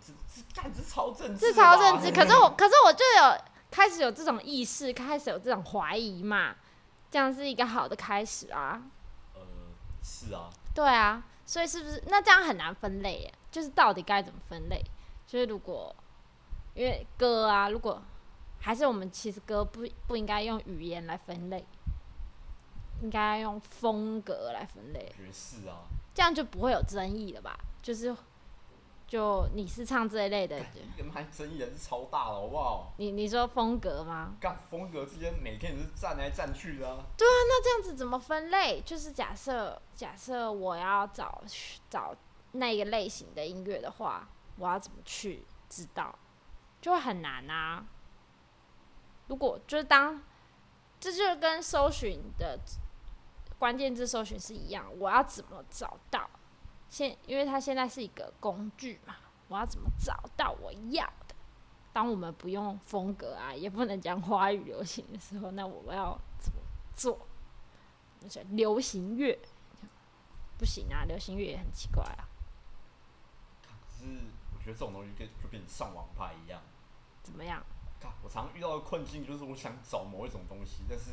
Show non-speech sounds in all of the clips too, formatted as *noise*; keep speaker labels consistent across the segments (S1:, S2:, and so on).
S1: 只只干这超政治
S2: 自
S1: 的
S2: 超
S1: 吧，
S2: 政治。可是我，可是我就有开始有这种意识，开始有这种怀疑嘛，这样是一个好的开始啊。
S1: 呃是啊，
S2: 对啊，所以是不是那这样很难分类耶？就是到底该怎么分类？就是如果因为歌啊，如果还是我们其实歌不不应该用语言来分类，应该用风格来分类
S1: 我，觉得是啊，
S2: 这样就不会有争议了吧？就是就你是唱这一类的，
S1: 那个蛮争议的是超大的好不好？
S2: 你你说风格吗？
S1: 干风格之间每天也是站来站去的、啊，
S2: 那这样子怎么分类？就是假设假设我要找找那个类型的音乐的话，我要怎么去知道？就会很难啊。如果就是当这就是跟搜寻的关键字搜寻是一样，我要怎么找到？现因为它现在是一个工具嘛，我要怎么找到我要的？当我们不用风格啊，也不能讲华语流行的时候，那我要怎么做？就是流行乐不行啊，流行乐也很奇怪啊，
S1: 可是我觉得这种东西跟就跟你上网拍一样。
S2: 怎么样？
S1: 干我常遇到的困境就是我想找某一种东西，但是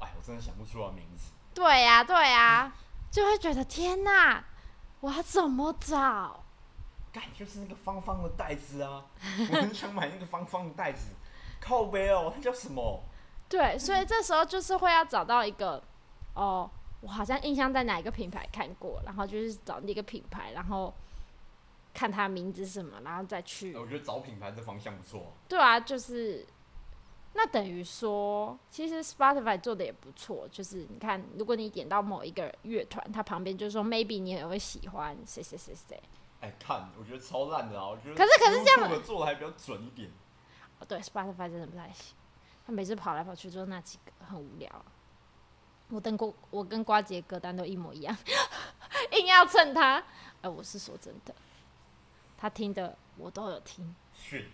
S1: 哎，我真的想不出来名字。
S2: 对呀、对呀、就会觉得天哪，我要怎么找？
S1: 干就是那个方方的袋子啊，我很想买那个方方的袋子。靠背哦，它叫什么？
S2: 对，所以这时候就是会要找到一个，哦，我好像印象在哪一个品牌看过，然后就是找那个品牌，然后看它名字是什么，然后再去
S1: 哎我觉得找品牌这方向不错、
S2: 对啊，就是那等于说，其实 Spotify 做的也不错。就是你看，如果你点到某一个乐团，它旁边就说 maybe 你也会喜欢谁谁谁谁。
S1: 哎，看，我觉得超烂的啊！我觉得
S2: 可是可是这样
S1: YouTube 做的还比较准一点。
S2: 哦，对，Spotify 真的不太行，他每次跑来跑去就那几个，很无聊。我跟郭，我跟瓜姐歌单都一模一样， *laughs* 硬要蹭他。哎、我是说真的，他听的我都有听。
S1: 是，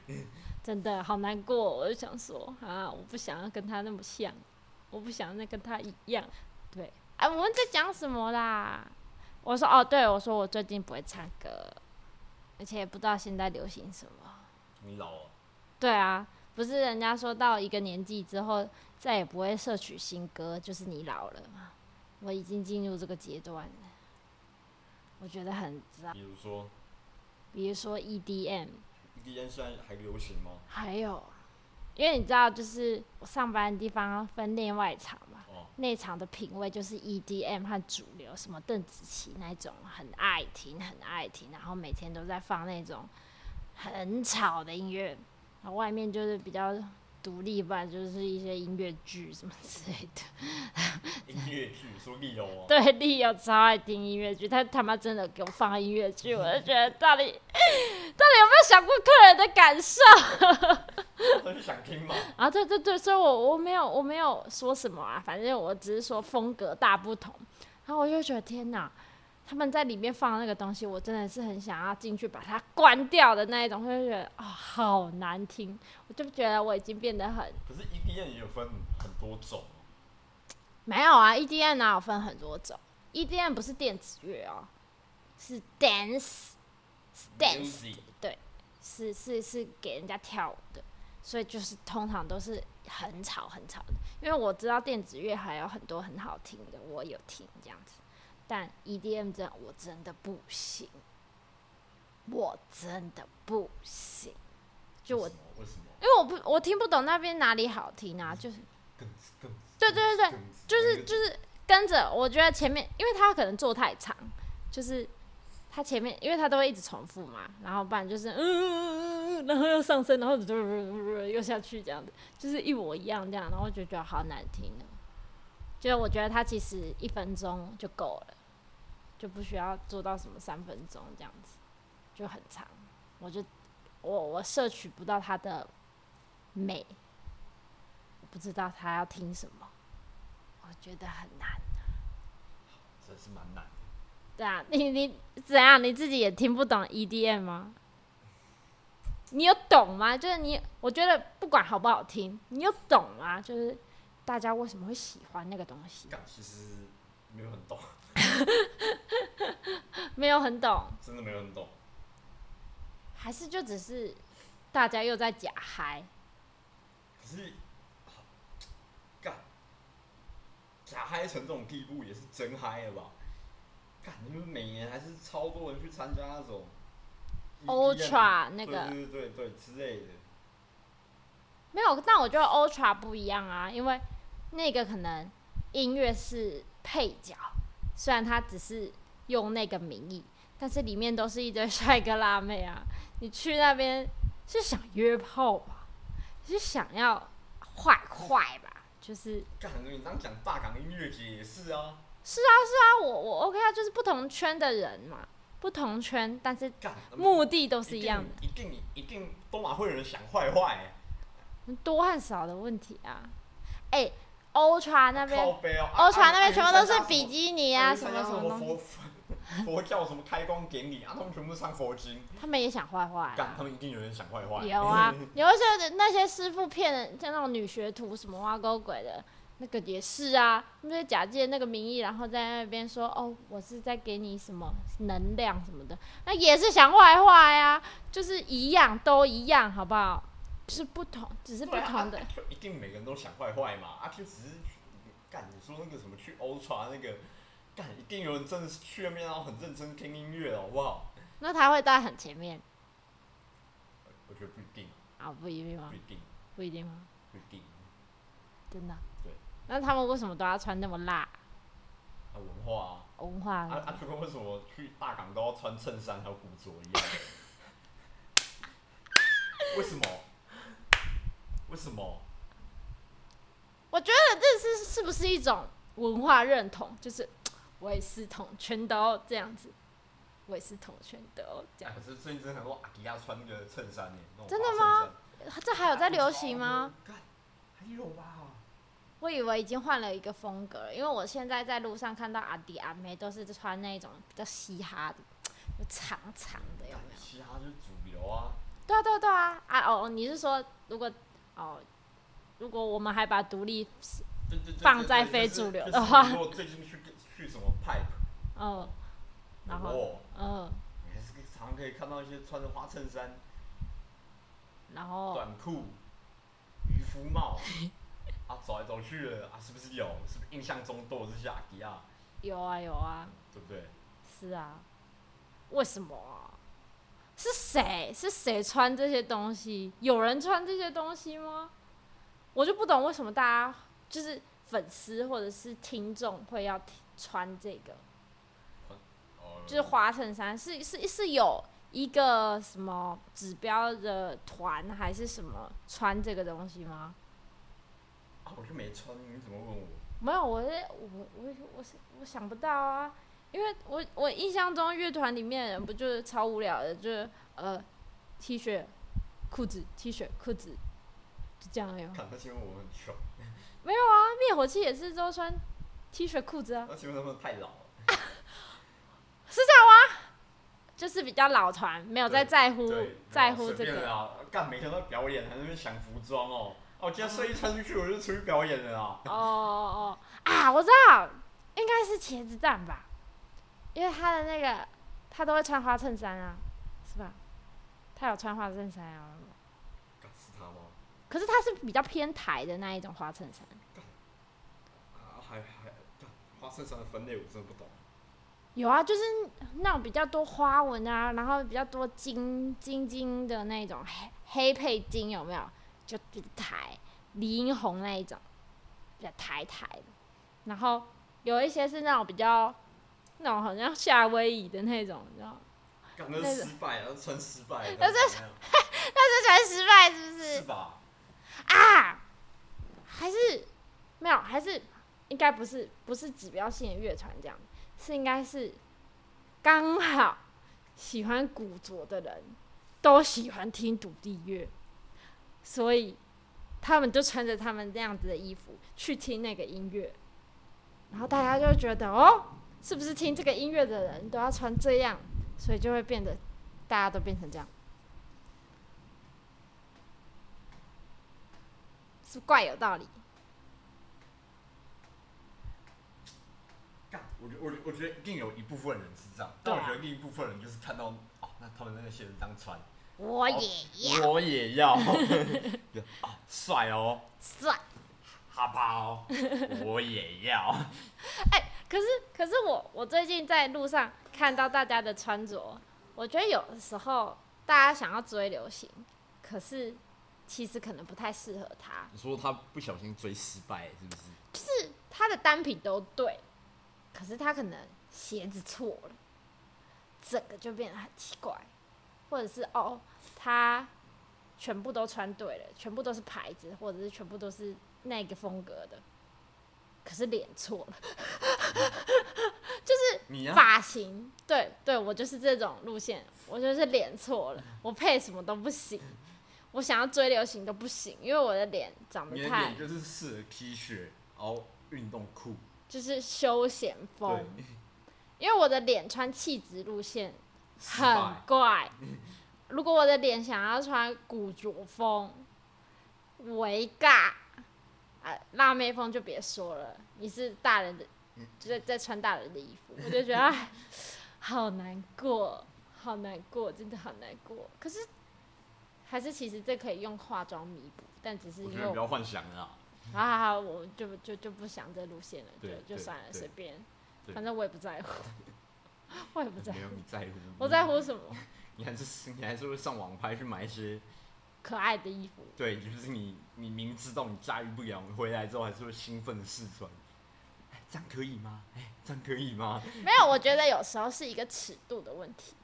S2: 真的好难过，我就想说啊，我不想要跟他那么像，我不想再跟他一样。对，哎、我们在讲什么啦？我说哦，对，我说我最近不会唱歌，而且也不知道现在流行什么。
S1: 你老了，
S2: 对啊，不是人家说到一个年纪之后再也不会摄取新歌，就是你老了嘛。我已经进入这个阶段了，我觉得很糟。
S1: 比如说
S2: 比如说 E EDM，
S1: ，EDM 现在还流行吗？
S2: 还有，因为你知道，就是我上班的地方分内外场嘛，
S1: 哦，
S2: 内场的品味就是 EDM 和主流，什么邓紫棋那种很爱听，很爱听，然后每天都在放那种很吵的音乐，然后外面就是比较独立吧，就是一些音乐剧什么之类的。
S1: 音乐剧说理由哦，
S2: *laughs* 对，丽友超爱听音乐剧，他他妈真的给我放音乐剧，我就觉得到底 *laughs* 到底有没有想过客人的感受？
S1: 他就想听嘛。
S2: 啊，对对对，所以我我没有我没有说什么啊，反正我只是说风格大不同。然后我就觉得天哪，他们在里面放的那个东西，我真的是很想要进去把它关掉的那一种，我就觉得哦，好难听，我就觉得我已经变得很
S1: 可是 EDM 也有分很多种哦，
S2: 没有啊，EDM 哪有分很多种？EDM 不是电子乐哦，是 dance dance。
S1: Music
S2: 是是是给人家跳舞的，所以就是通常都是很吵很吵的。因为我知道电子乐还有很多很好听的，我有听这样子，但 E EDM 真的我真的不行，我真的不行。就我，
S1: 为什么为什么
S2: 因为我不我听不懂那边哪里好听啊，就是
S1: 更更
S2: 对对对对，就是
S1: 是
S2: 就是跟着，我觉得前面，因为他可能做太长，就是他前面，因为他都会一直重复嘛，然后不然就是嗯嗯，嗯嗯然后又上升，然后又下去这样子，就是一模一样这样，然后就觉得好难听哦。就是我觉得他其实一分钟就够了，就不需要做到什么三分钟这样子，就很长。我就我我摄取不到他的美，我不知道他要听什么。我觉得很难。
S1: 真是蛮难的。
S2: 对啊，你你怎样？你自己也听不懂 EDM 吗？你有懂吗？就是你，我觉得不管好不好听，你有懂吗？就是大家为什么会喜欢那个东 *laughs* 西？
S1: 干其实没有很懂，
S2: 没有很懂，
S1: 真的没有很懂。
S2: 还是就只是大家又在假嗨？
S1: 可是，干，假嗨成这种地步也是真嗨了吧？干，你们每年还是超多人去参加那种
S2: Ultra 那个
S1: ，E 对对对对之类的。
S2: 没有，但我觉得 Ultra 不一样啊，因为那个可能音乐是配角，虽然他只是用那个名义，但是里面都是一堆帅哥辣妹啊。你去那边是想约炮吧？是想要坏坏吧？就是
S1: 干，你刚讲大港音乐节也是啊，
S2: 啊，我我 OK 啊，就是不同圈的人嘛，不同圈，但是
S1: 干，
S2: 目的都
S1: 都
S2: 是一样的，
S1: 一定一定都马会有人想坏坏、欸。
S2: 多和少的问题啊。哎、欧 Ultra 那边
S1: 靠背哦、啊
S2: ，Ultra 那边全部都是比
S1: 基
S2: 基尼啊，什么什么东西。
S1: 哎佛佛 *laughs* 佛教什么开光典礼啊，他们全部上佛经，
S2: 他们也想坏坏、
S1: 干，
S2: 啊
S1: 他。们一定有人想坏坏。*laughs*
S2: 有啊，有的时候那些师傅骗人，像那种女学徒什么挖沟鬼的，那个也是啊，他们就假借那个名义，然后在那边说哦，我是在给你什么能量什么的，那也是想坏坏啊，就是一样都一样，好不好？是不同，只是不
S1: 对啊
S2: 同的
S1: 啊。 *laughs* 就一定每个人都想坏坏嘛，啊，就只是去干你说那个什么去 Ultra 那个，干一定有人真的是去那边然后很认真听音乐，好不好？
S2: 那他会在很前面
S1: 我觉得不一定，
S2: 啊？不一定吗
S1: 不一？定，
S2: 不一定吗？
S1: 不一定。
S2: 真的？啊
S1: 对。
S2: 那他们为什么都要穿那么辣？
S1: 啊，文化
S2: 文化
S1: 啊，啊啊，就跟为什么去大港都要穿衬衫还有古着一样？ *laughs* 为什么？为什么？
S2: 我觉得这是是不是一种文化认同？就是我也是同全都这样子，我也是同全都这样
S1: 哎。可是最近真的很多阿迪亚穿那个衬衫耶，那种
S2: 真的
S1: 花衬
S2: 吗
S1: 衫？
S2: 这还有在流行吗？？
S1: 干，还有吧？
S2: 我以为已经换了一个风格了，因为我现在在路上看到阿迪阿妹都是穿那种比较嘻哈的，就长长的，有
S1: 干
S2: 没有？
S1: 嘻哈就是主流啊。
S2: 对啊，对啊，对啊！啊哦，你是说如果哦，如果我们还把独立
S1: 对对对对
S2: 放在
S1: 对
S2: 非
S1: 就是
S2: 主流
S1: 就是
S2: 的话
S1: 你如果最近去去什么派，
S2: 哦，然后
S1: 哦，
S2: 嗯，
S1: 你还是常常可以看到一些穿着花衬衫、
S2: 然后
S1: 短裤、渔夫帽， *laughs* 啊，走来走去的啊，是不是有？是不是印象中都有这些阿迪亚，
S2: 有啊有啊，
S1: 对不对？
S2: 是啊，为什么啊？是谁？是谁穿这些东西？有人穿这些东西吗？我就不懂为什么大家就是粉丝或者是听众会要听穿这个，
S1: 哦
S2: 就是花衬衫，是是是有一个什么指标的团还是什么穿这个东西吗？
S1: 啊，我就没穿，你怎么问我？
S2: 没有，我是我我我是我想不到啊，因为我我印象中乐团里面的人不就是超无聊的，就是呃 T 恤、裤子、T 恤、裤子，就这样而已嘛。
S1: 看，那是因为我很穷，
S2: 没有啊，灭火器也是都穿 T 恤、裤子啊，
S1: 那是因为他们太老了。
S2: 就是比较老团，没有在
S1: 对
S2: 在乎
S1: 对，
S2: 在乎这
S1: 随便
S2: 个。
S1: 啊！干，没想到表演还在那边想服装哦。哦，我今天
S2: 嗯
S1: 睡衣穿出去我就出去表演了啊！
S2: *laughs* 哦哦哦啊，我知道，应该是茄子蛋吧，因为他的那个他都会穿花衬衫啊，是吧？他有穿花衬衫啊。
S1: 干是他吗？
S2: 可是它是比较偏台的那一种花衬衫，
S1: 啊，还还干花衬衫的分类我真的不懂。
S2: 有啊，就是那种比较多花纹啊，然后比较多金金金的那种黑黑配金有没有？就比较台李英红那一种，比较台台的。然后有一些是那种比较那种好像夏威夷的那种，你知道吗？
S1: 干，那
S2: 那
S1: 是
S2: 个
S1: 失败啊，那穿失败了，
S2: 那
S1: 那是怎么样
S2: 这才失败是不
S1: 是
S2: 是？
S1: 吧？
S2: 啊，还是没有，还是应该不是不是指标性的乐团这样，是应该是刚好喜欢古着的人都喜欢听独立乐，所以他们就穿着他们那样子的衣服去听那个音乐，然后大家就觉得哦，是不是听这个音乐的人都要穿这样，所以就会变得大家都变成这样。是不是怪有道理，
S1: 干，我觉我觉我觉得一定有一部分人是这样，
S2: 对
S1: 但
S2: 啊
S1: 我觉得另一部分人就是看到哦，那他们那些人这样穿，
S2: 我也要
S1: 我也
S2: *laughs*
S1: 要，啊帅哦，
S2: 帅。
S1: 哈巴哦，我也要。
S2: 可是，可是我我最近在路上看到大家的穿着，我觉得有的时候大家想要追流行，可是其实可能不太适合他，
S1: 你说他不小心追失败是不是？
S2: 就是他的单品都对，可是他可能鞋子错了，整个就变得很奇怪，或者是哦，他全部都穿对了，全部都是牌子，或者是全部都是那个风格的，可是脸错了，就是
S1: 你啊呀、
S2: 发型，对对，我就是这种路线，我就是脸错了，我配什么都不行，我想要追流行都不行，因为我的脸长
S1: 你
S2: 得
S1: 的
S2: 太
S1: 脸就是适合 T 恤，然后运动裤，
S2: 就是休闲风
S1: 对，，
S2: 因为我的脸穿气质路线
S1: 失
S2: 很
S1: 败
S2: 怪，
S1: 嗯
S2: 如果我的脸想要穿古着风、维嘎，啊辣妹风就别说了，你是大人的，
S1: 嗯
S2: 就在在穿大人的衣服，我就觉得哎，好难过，好难过，真的好难过。可是还是其实这可以用化妆弥补，但只是
S1: 我
S2: 因
S1: 觉
S2: 为
S1: 得
S2: 我
S1: 不要幻想了啊啦。
S2: *laughs* 好好好，我就就就不想这路线了，就
S1: 对
S2: 就
S1: 对
S2: 算了，
S1: 对
S2: 随便，
S1: 对
S2: 反正我也不在乎， *laughs* 我也不在乎
S1: 没，有你在乎，
S2: 我在乎什么？
S1: 你，你还是你还是会上网拍去买一些，
S2: 可爱的衣服，
S1: 对，就是你你明知道你驾驭不了，你回来之后还是会兴奋地试穿，哎，这样可以吗？哎，这样可以吗？
S2: *laughs* 没有，我觉得有时候是一个尺度的问题，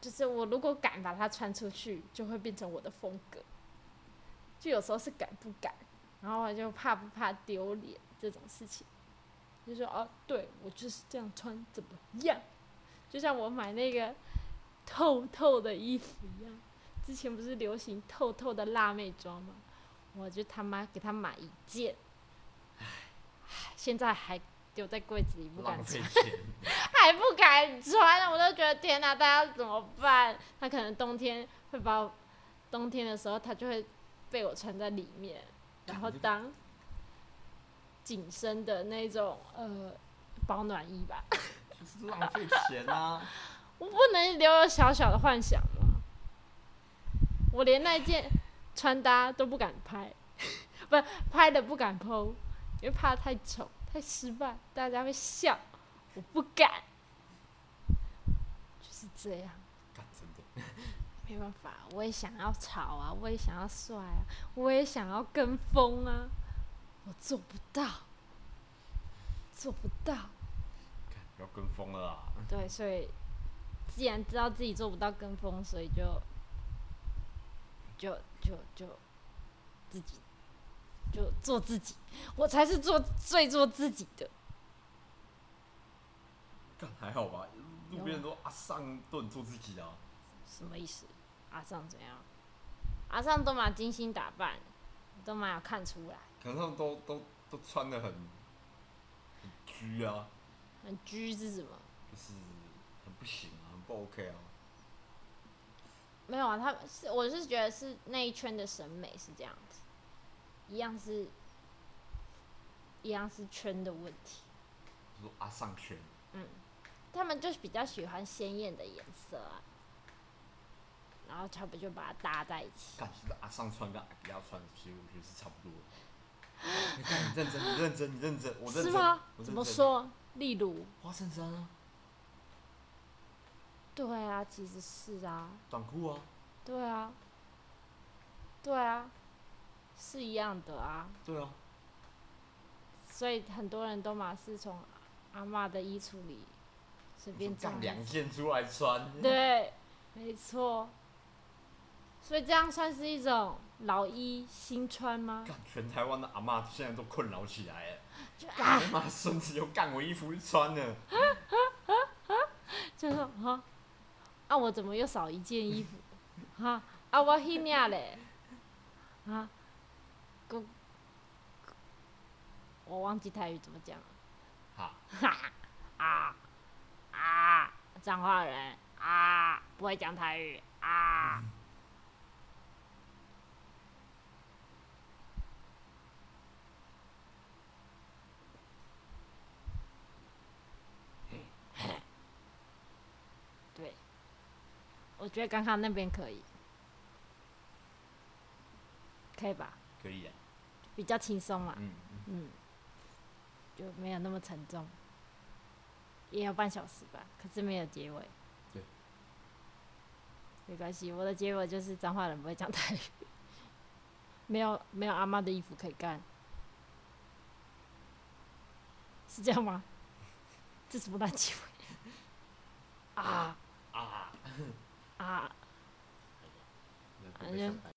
S2: 就是我如果敢把它穿出去，就会变成我的风格，就有时候是敢不敢，然后就怕不怕丢脸这种事情，就说哦，对我就是这样穿怎么样？就像我买那个透透的衣服一样，之前不是流行透透的辣妹装吗？我就他妈给他买一件，唉，现在还丢在柜子里不敢
S1: 浪
S2: 穿
S1: 费。钱， *laughs*
S2: 还不敢穿，我都觉得天哪、大家怎么办？他可能冬天会把我，冬天的时候他就会被我穿在里面，然后当紧身的那种呃保暖衣吧。
S1: 就是浪费钱啊！
S2: 我不能留有小小的幻想吗？我连那件穿搭都不敢拍， *laughs* 不拍的不敢 PO，因为怕太丑、太失败，大家会笑，我不敢，就是这样，
S1: 干真的，
S2: 没办法，我也想要潮啊，我也想要帅啊，我也想要跟风啊，我做不到，做不到。
S1: 干不要跟风了啊啦。
S2: 对，所以既然知道自己做不到跟风，所以就就就就自己就做自己，我才是做最做自己的。
S1: 干还好吧，路边人都啊上都很做自己啊。
S2: 什么意思？阿尚怎样？阿尚都蛮精心打扮，都蛮有看出来，
S1: 可能他们都都都穿的很很拘啊，
S2: 很拘是什么？
S1: 就是很不行啊，很不 OK 啊。
S2: 没有啊，他们是我是觉得是那一圈的审美是这样子，一样是，一样是圈的问题。
S1: 就说啊上圈，
S2: 他们就是比较喜欢鲜艳的颜色啊，然后他们就把它搭在一起。
S1: 看其实啊上穿跟阿迪亚穿，其实我觉得是差不多的。 *laughs* 你看你认真，你认真，你认真，我认
S2: 是
S1: 真。
S2: 吗
S1: 我？认
S2: 怎么
S1: 真？
S2: 说？例如，
S1: 花衬衫啊，
S2: 对啊，其实是啊，
S1: 短裤啊，
S2: 对啊，对啊，是一样的啊。
S1: 对啊，
S2: 所以很多人都嘛是从阿嬷的衣橱里随便
S1: 这
S2: 找
S1: 样两件出来穿，
S2: 对，没错。所以这样算是一种老衣新穿吗？
S1: 干全台湾的阿嬷现在都困扰起来了，
S2: 就
S1: 干他妈孙子又干我衣服去穿了。
S2: 就说哈，啊我怎么又少一件衣服？哈啊我迄领嘞，啊，我我忘记台语怎么讲了，
S1: 哈，
S2: 哈啊啊，彰化人啊，不会讲台语啊。对，我觉得刚刚那边可以。可以吧？
S1: 可以啊，
S2: 比较轻松嘛，
S1: 嗯，
S2: 嗯，就没有那么沉重，也有半小时吧，可是没有结尾。
S1: 对，
S2: 没关系，我的结尾就是彰化人不会讲台语， *laughs* 没有没有阿妈的衣服可以干，是这样吗？这什么烂结尾？啊
S1: 啊，
S2: 啊！哎
S1: 那不会上台